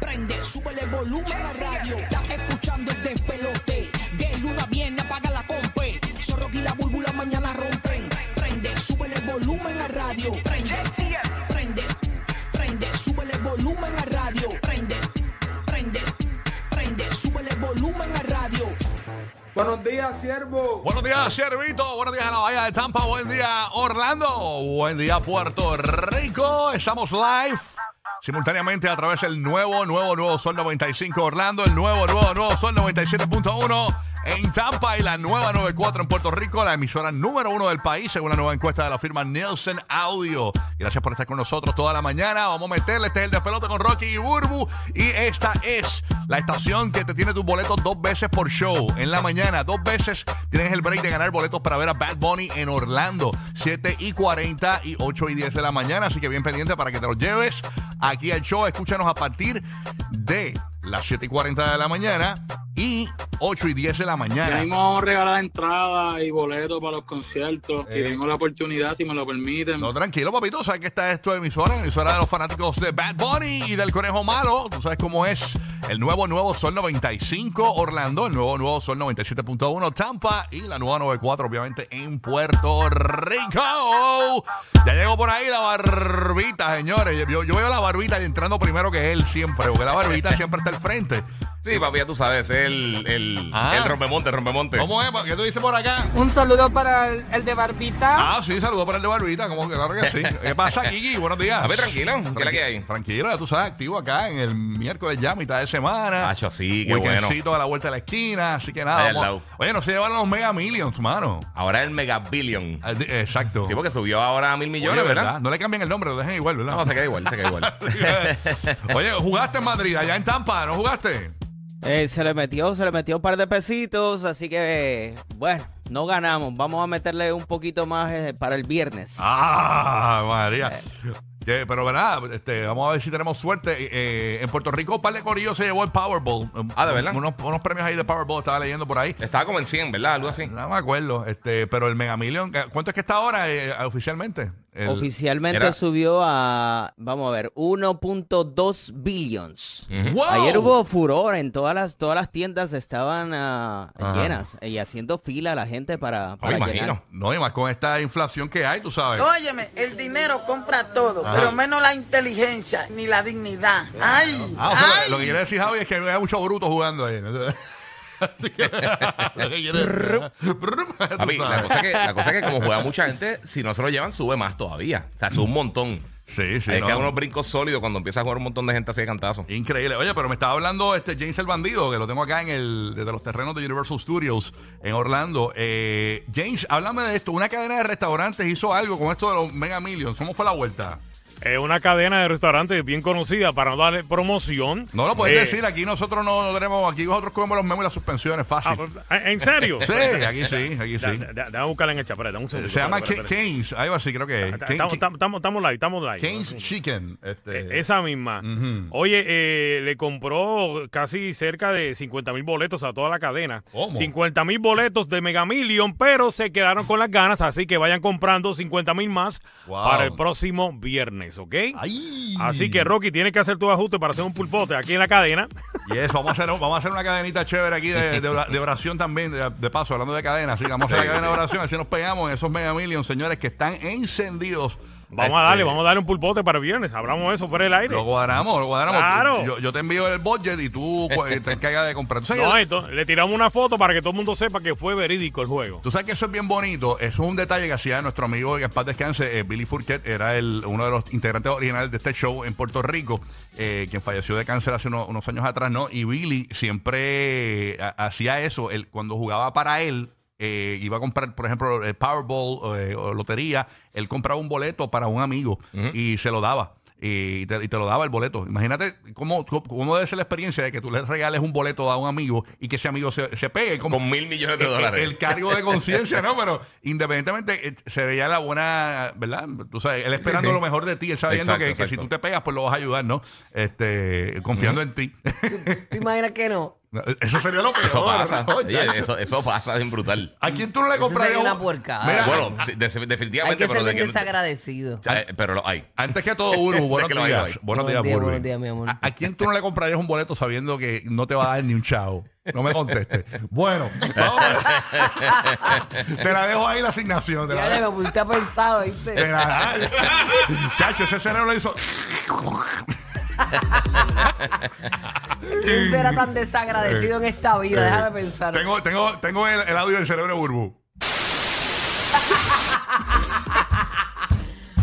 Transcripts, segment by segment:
prende, súbele volumen a radio. Estás escuchando el despelote. De luna viene, apaga la compe. Zorro y la búlbula mañana rompen. Prende, súbele volumen a radio. Prende, prende, prende, súbele volumen a radio. Prende, prende, prende, súbele volumen a radio. Buenos días, siervo. Buenos días, Servito. Buenos días a la Bahía de Tampa. Buen día, Orlando. Buen día, Puerto Rico. Estamos live simultáneamente a través del nuevo, nuevo, nuevo Sol 95 Orlando, el nuevo, nuevo, nuevo Sol 97.1 en Tampa y la nueva 94 en Puerto Rico, la emisora número uno del país, según la nueva encuesta de la firma Nielsen Audio. Gracias por estar con nosotros toda la mañana. Vamos a meterle. Este es el despelote con Rocky y Burbu. Y esta es la estación que te tiene tus boletos dos veces por show. En la mañana, dos veces tienes el break de ganar boletos para ver a Bad Bunny en Orlando, 7 y 40 y 8 y 10 de la mañana. Así que bien pendiente para que te los lleves aquí al show. Escúchanos a partir de las 7 y 40 de la mañana y 8 y 10 de la mañana. Tenemos regalada entrada y boletos para los conciertos. Si tengo la oportunidad, si me lo permiten. Eh. No, tranquilo, papito. Sabes que esta es tu emisora, emisora de los fanáticos de Bad Bunny y del Conejo Malo. Tú sabes cómo es el nuevo, nuevo Sol 95 Orlando, el nuevo, nuevo Sol 97.1 Tampa y la nueva 94, obviamente, en Puerto Rico. Ya llegó por ahí la barbita, señores. Yo, yo veo la barbita entrando primero que él siempre, porque la barbita siempre está al frente. Sí, papi, ya tú sabes, el, el, Ah. el rompemonte, el rompemonte. ¿Cómo es? ¿Qué tú dices por acá? Un saludo para el, el de Barbita. Ah, sí, saludos para el de Barbita, como que claro que sí. ¿Qué pasa, Kiki? Buenos días. A ver, tranquilo, ¿qué es la que hay? Tranquilo, ya tú sabes, activo acá en el miércoles ya, mitad de semana. Hacho, Ah, sí, qué bueno. Weekendcito a la vuelta de la esquina, así que Ahí nada. al vamos- lado. Oye, no se llevaron los Mega Millions, mano. Ahora el Mega Billion. Ah, de- Exacto. Sí, porque subió ahora a mil Oye, millones, ¿verdad? No le cambian el nombre, lo dejen igual, ¿verdad? No, se queda igual, se queda igual. Oye, jugaste en Madrid, allá en Tampa, ¿no jugaste? Eh, se le metió, se le metió un par de pesitos, así que bueno, no ganamos. Vamos a meterle un poquito más eh, para el viernes. Ah, María. Eh. Que- pero verdad, este, vamos a ver si tenemos suerte. Eh, en Puerto Rico, un par de corillos se llevó el Powerball. Ah, ¿de verdad? Unos, unos premios ahí de Powerball, estaba leyendo por ahí. Estaba como en 100, ¿verdad? Algo así. No me acuerdo, este, pero el Mega Million, ¿cuánto es que está ahora eh, oficialmente? El- Oficialmente era- subió a, vamos a ver, 1.2 billions. Ujú. ¡Wow! Ayer hubo furor en todas las todas las tiendas estaban ah, Ajá. llenas y haciendo fila la gente para, No me para llenar. imagino. No, y más con esta inflación que hay, tú sabes. Óyeme, el dinero compra todo, pero menos la inteligencia ni la dignidad. Ay, Ah, o sea, ay. lo que quiere decir Javi es que hay muchos brutos jugando ahí. ¿no? Así que, lo que quiere decir- Tú Papi, la sabes. cosa, es que, la cosa es que como juega mucha gente, si no se lo llevan, sube más todavía. O sea, sube un montón. Sí, sí. Hay no. que dar unos brincos sólidos cuando empieza a jugar un montón de gente así de cantazo. Increíble. Oye, pero me estaba hablando este James el Bandido, que lo tengo acá en el, desde los terrenos de Universal Studios en Orlando. Eh, James, háblame de esto. Una cadena de restaurantes hizo algo con esto de los Mega Millions. ¿Cómo fue la vuelta? Es una cadena de restaurantes bien conocida para no darle promoción. No lo puedes Eh, decir, aquí nosotros no, no tenemos, aquí nosotros comemos los memes y las suspensiones, ah, fácil. ¿En serio? sí, aquí sí, aquí Da- sí. da- da- Déjame buscarla en el chaparral, dame un segundo. Se llama Espera, espera, espera. Keynes, algo así creo que es. Ta- ta- Kane- Estamos estamos- estamos live, estamos live. Kane's Chicken. Eh, Este. Esa misma. Ujú. Oye, eh, le compró casi cerca de 50 mil boletos a toda la cadena. ¿Cómo? 50 mil boletos de Mega Million, pero se quedaron con las ganas, así que vayan comprando 50 mil más Wow. para el próximo viernes, ¿ok? Ay. Así que Rocky tiene que hacer tu ajuste para hacer un pulpote aquí en la cadena. Y eso, vamos a hacer, vamos a hacer una cadenita chévere aquí de, de ora- de oración también, de, de paso, hablando de cadena. Así que vamos a hacer la cadena de oración, así nos pegamos en esos Mega Millions, señores, que están encendidos. Vamos a Este. darle, vamos a darle un pulpote para el viernes. Hablamos eso fuera del aire. Lo guardamos, lo guardamos. Claro. Este, Yo, yo te envío el budget y tú pues, te encargas de comprar. ¿Tú sabes, No, que, esto- le tiramos una foto para que todo el mundo sepa que fue verídico el juego. tú sabes que eso es bien bonito. Eso es un detalle que hacía nuestro amigo que en paz descanse, eh, Billy Fourquet, era el, uno de los integrantes originales de este show en Puerto Rico, eh, quien falleció de cáncer hace uno- unos años atrás, ¿no? Y Billy siempre eh, ha- hacía eso. Él, cuando jugaba para él, eh, iba a comprar, por ejemplo, el Powerball eh, o lotería, él compraba un boleto para un amigo y se lo daba. Y te, y te lo daba el boleto. Imagínate cómo, cómo- cómo debe ser la experiencia de que tú le regales un boleto a un amigo y que ese amigo se, se pegue. Como, Con mil millones de el- el- dólares. El cargo de conciencia, ¿no? Pero independientemente, eh, se veía la buena, ¿verdad? Tú sabes, él esperando sí. lo mejor de ti, él sabiendo Exacto, que, que exacto. si tú te pegas, pues lo vas a ayudar, ¿no? Este, confiando en ti. ¿Tú imaginas que no? Eso sería lo peor. Eso pasa. ¿no? Oye, eso, eso pasa bien brutal. ¿A quién tú no le Eso comprarías? sería una un- puercada. Mira, Bueno, sí, de- Hay definitivamente, que ser pero de bien que no- desagradecido. Eh, pero lo hay. Antes que todo, Burbu, buenos que lo días. diga hoy. Buenos Buenos días, días, Burbu. buenos días, mi amor. Ah. ¿A, a quién tú no le comprarías un boleto sabiendo que no te va a dar ni un chavo? No me contestes. Bueno, vamos a- te la dejo ahí la asignación. Te la Ya dejo. le me pusiste a pensar, Te ¿viste? la- ay. Chacho, ese cerebro hizo. ¿Quién será tan desagradecido en esta vida? Déjame pensar. Tengo, tengo, tengo el, el audio del cerebro burbu.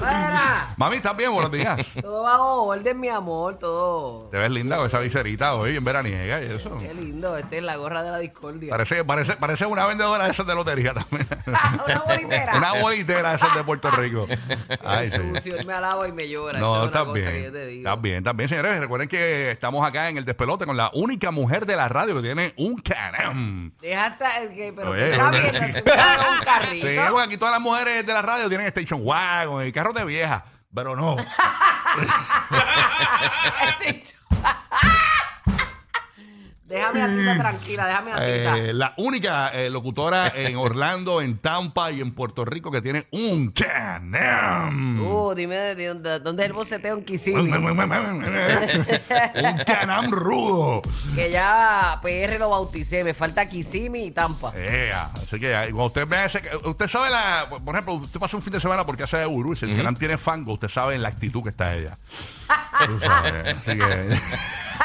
Mira, Mami, ¿estás bien? Buenos días. todo bajo orden, mi amor, todo. Te ves linda con esa viserita hoy en veraniega y eso. Qué lindo, esta es la gorra de la discordia. Parece, parece, parece una vendedora de esas de lotería también. Una bolitera. una bolitera de esas de Puerto Rico. Ay, Qué sí. sucio, él me alaba y me llora. Esta es No, una estás cosa que yo bien. te digo. Estás bien, estás bien, señores. Recuerden que estamos acá en el despelote con la única mujer de la radio que tiene un canam. Deja hasta el que, pero Oye, que está oye. bien, se subieron a un Sí, carrito. porque aquí todas las mujeres de la radio tienen station wagon y carros de vieja. Pero no. Este ch- déjame a tita tranquila, déjame a tita. Eh, la única eh, locutora en Orlando, en Tampa y en Puerto Rico que tiene un canam. Uh, dime de dónde, dónde es el boceteo en Kissimmee. un canam rudo. que ya PR lo bauticé, me falta Kissimmee y Tampa. Eh, así que eh, cuando usted ve ese, usted sabe la, por ejemplo, usted pasa un fin de semana porque hace de gurú y si el canal tiene fango, usted sabe en la actitud que está ella. Tú sabes, así que-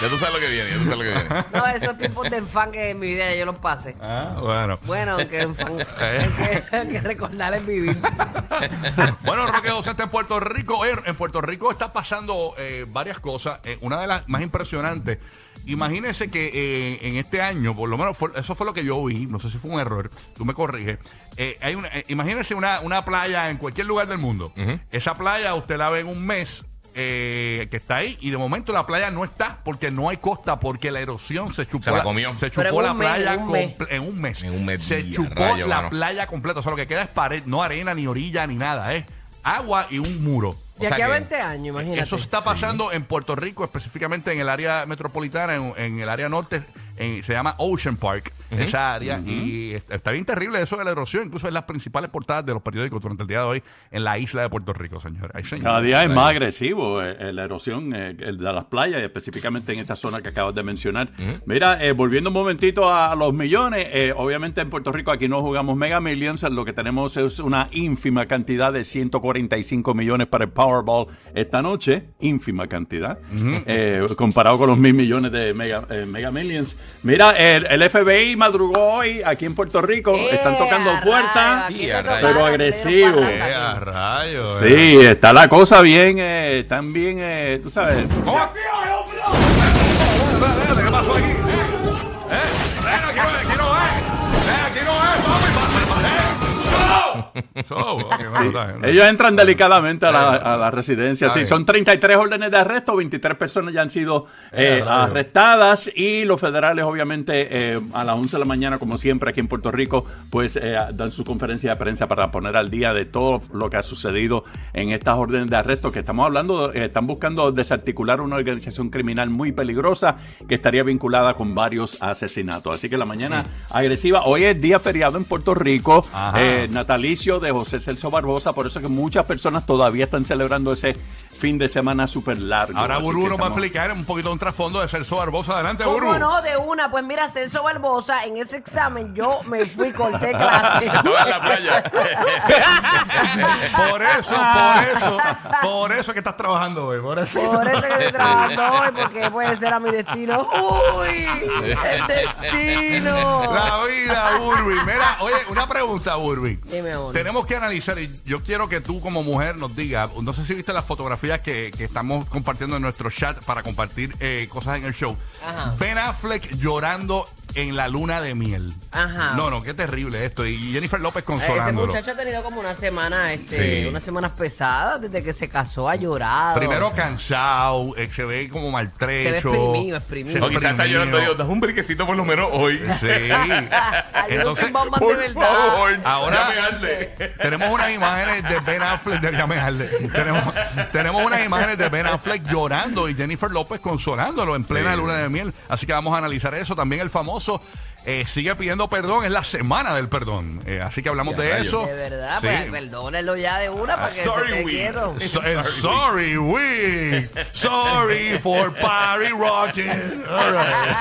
Ya tú sabes lo que viene, ya tú sabes lo que viene. No, esos tipos de enfang que en mi vida yo los pasé. ah, bueno. Bueno, que enfang, hay, Eh. que, hay que recordar el vivir. bueno, Roque José está en Puerto Rico. Oye, en Puerto Rico está pasando eh, varias cosas. Eh, una de las más impresionantes. Imagínense que eh, en este año, por lo menos fue- eso fue lo que yo vi, no sé si fue un error, tú me corriges. Eh, hay una, eh, imagínense una, una playa en cualquier lugar del mundo. Esa playa usted la ve en un mes eh, que está ahí y de momento la playa no está porque no hay costa, porque la erosión se chupó Se la comió. se Pero en chupó la un mes, playa en un mes. comple- en un mes. En un mes, Se día, chupó rayo, la mano. playa completa. O sea, lo que queda es pared, no arena, ni orilla, ni nada, es agua y un muro. O De sea aquí a que 20 años, imagínate. Eso está pasando en Puerto Rico, específicamente en el área metropolitana, en, en el área norte, en- se llama Ocean Park, esa área. Y est- está bien terrible eso de la erosión, incluso en las principales portadas de los periódicos durante el día de hoy en la isla de Puerto Rico, señores. Ay, señor. Cada día es más agresivo eh, eh, la erosión eh, el de las playas, y específicamente en esa zona que acabas de mencionar. Mira, eh, volviendo un momentito a los millones, eh, obviamente en Puerto Rico aquí no jugamos Mega Millions, lo que tenemos es una ínfima cantidad de 145 millones para el Powerball esta noche, ínfima cantidad, eh, comparado con los mil millones de Mega, eh, Mega Millions. Mira, el, el FBI madrugó hoy aquí en Puerto Rico, Eh, están tocando puertas. Pero agresivo. Eh, a rayos, eh. Sí, está la cosa bien, eh, están bien, eh, tú sabes. Espérate, ¿Qué pasó aquí? Eh, eh, bueno, aquí no- aquí no es. Eh, aquí no es, papi, pa- pa- eh. So. So, ok, bueno, está bien. Ellos entran delicadamente a la, a la residencia. Está Sí, bien. son 33 órdenes de arresto, 23 personas ya han sido eh, arrestadas y los federales obviamente eh, a las 11 de la mañana, como siempre aquí en Puerto Rico, pues eh, dan su conferencia de prensa para poner al día de todo lo que ha sucedido en estas órdenes de arresto que estamos hablando. eh, están buscando desarticular una organización criminal muy peligrosa que estaría vinculada con varios asesinatos. Así que la mañana agresiva. Hoy es día feriado en Puerto Rico. Ajá. eh, natalicio de José Celso Barbosa, por eso que muchas personas todavía están celebrando ese fin de semana súper largo. Ahora Así que Burbu nos va a estamos- explicar un poquito un trasfondo de Celso Barbosa. Adelante, Burbu. ¿Cómo no? De una, pues mira, Celso Barbosa, en ese examen yo me fui, corté clase. Estaba en la playa. Por eso, por eso, por eso que estás trabajando hoy. Por eso. Por eso que estoy trabajando hoy, porque puede ser a mi destino. ¡Uy! ¡El destino! La vida, Burbu. Mira, oye, una pregunta, Burbu. Dime amor. Tenemos que analizar, y yo quiero que tú como mujer nos digas, no sé si viste las fotografías que, que estamos compartiendo en nuestro chat para compartir eh, cosas en el show. Ajá. Ben Affleck llorando en la luna de miel. Ajá. No, no, qué terrible esto. Y Jennifer López Ese consolándolo. muchacho ha tenido como una semana, este, Sí. unas semanas pesadas desde que se casó, ha llorado. Primero cansado, eh, se ve como Se ve maltrecho. exprimido, exprimido. O quizás está llorando Dios, das un brequecito por lo menos hoy. Sí. Entonces, Entonces, bombas de Por verdad. favor, Ahora- llame a Arle. Tenemos unas imágenes de Ben Affleck, de Llame a Arle. Tenemos, tenemos unas imágenes de Ben Affleck llorando y Jennifer López consolándolo en plena Sí. luna de miel. Así que vamos a analizar eso. También el famoso eh, sigue pidiendo perdón, es la semana del perdón. Eh, así que hablamos Ya, de rayos. eso. De verdad, Sí. pues perdónenlo ya de una para que sorry, se te we. quieto. So- eh, sorry, we. Sorry for party rocking. All right.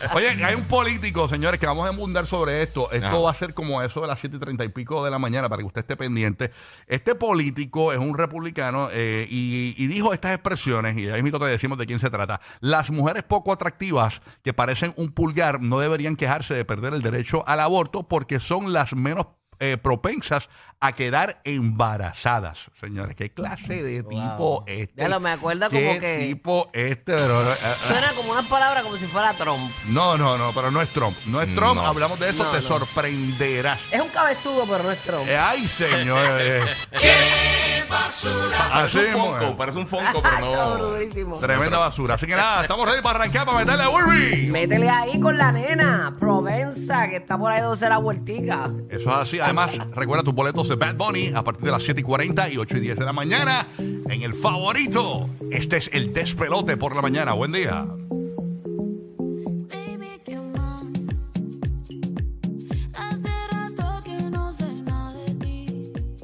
Sigue. Oye, hay un político, señores, que vamos a abundar sobre esto. Esto Ajá. va a ser como eso de las 7 y 30 y pico de la mañana para que usted esté pendiente. Este político es un republicano eh, y, y dijo estas expresiones, y ahí mismo te decimos de quién se trata. Las mujeres poco atractivas que parecen un pulgar no deberían quejarse de perder el derecho al aborto porque son las menos eh, propensas a quedar embarazadas. Señores, qué clase de tipo este. Ya lo me acuerda ¿Qué como que- tipo este, pero, eh, eh, Suena como una palabra como si fuera Trump. No, no, no, pero no es Trump. No es Trump. No. Hablamos de eso, No, te no. sorprenderás. Es un cabezudo, pero no es Trump. Eh, ay, señor. eh, Así Parece un mismo, fonco, eh. parece un fonco, pero Está no. Oh, durísimo. Tremenda basura. Así que nada, estamos ready para arrancar, para meterle a Wilby. Métele ahí con la nena, Provenza, que está por ahí dándose la vueltica. Eso es así. Además, recuerda tus boletos de Bad Bunny a partir de las 7 y 40 y 8 y 10 de la mañana en el favorito. Este es el despelote por la mañana. Buen día.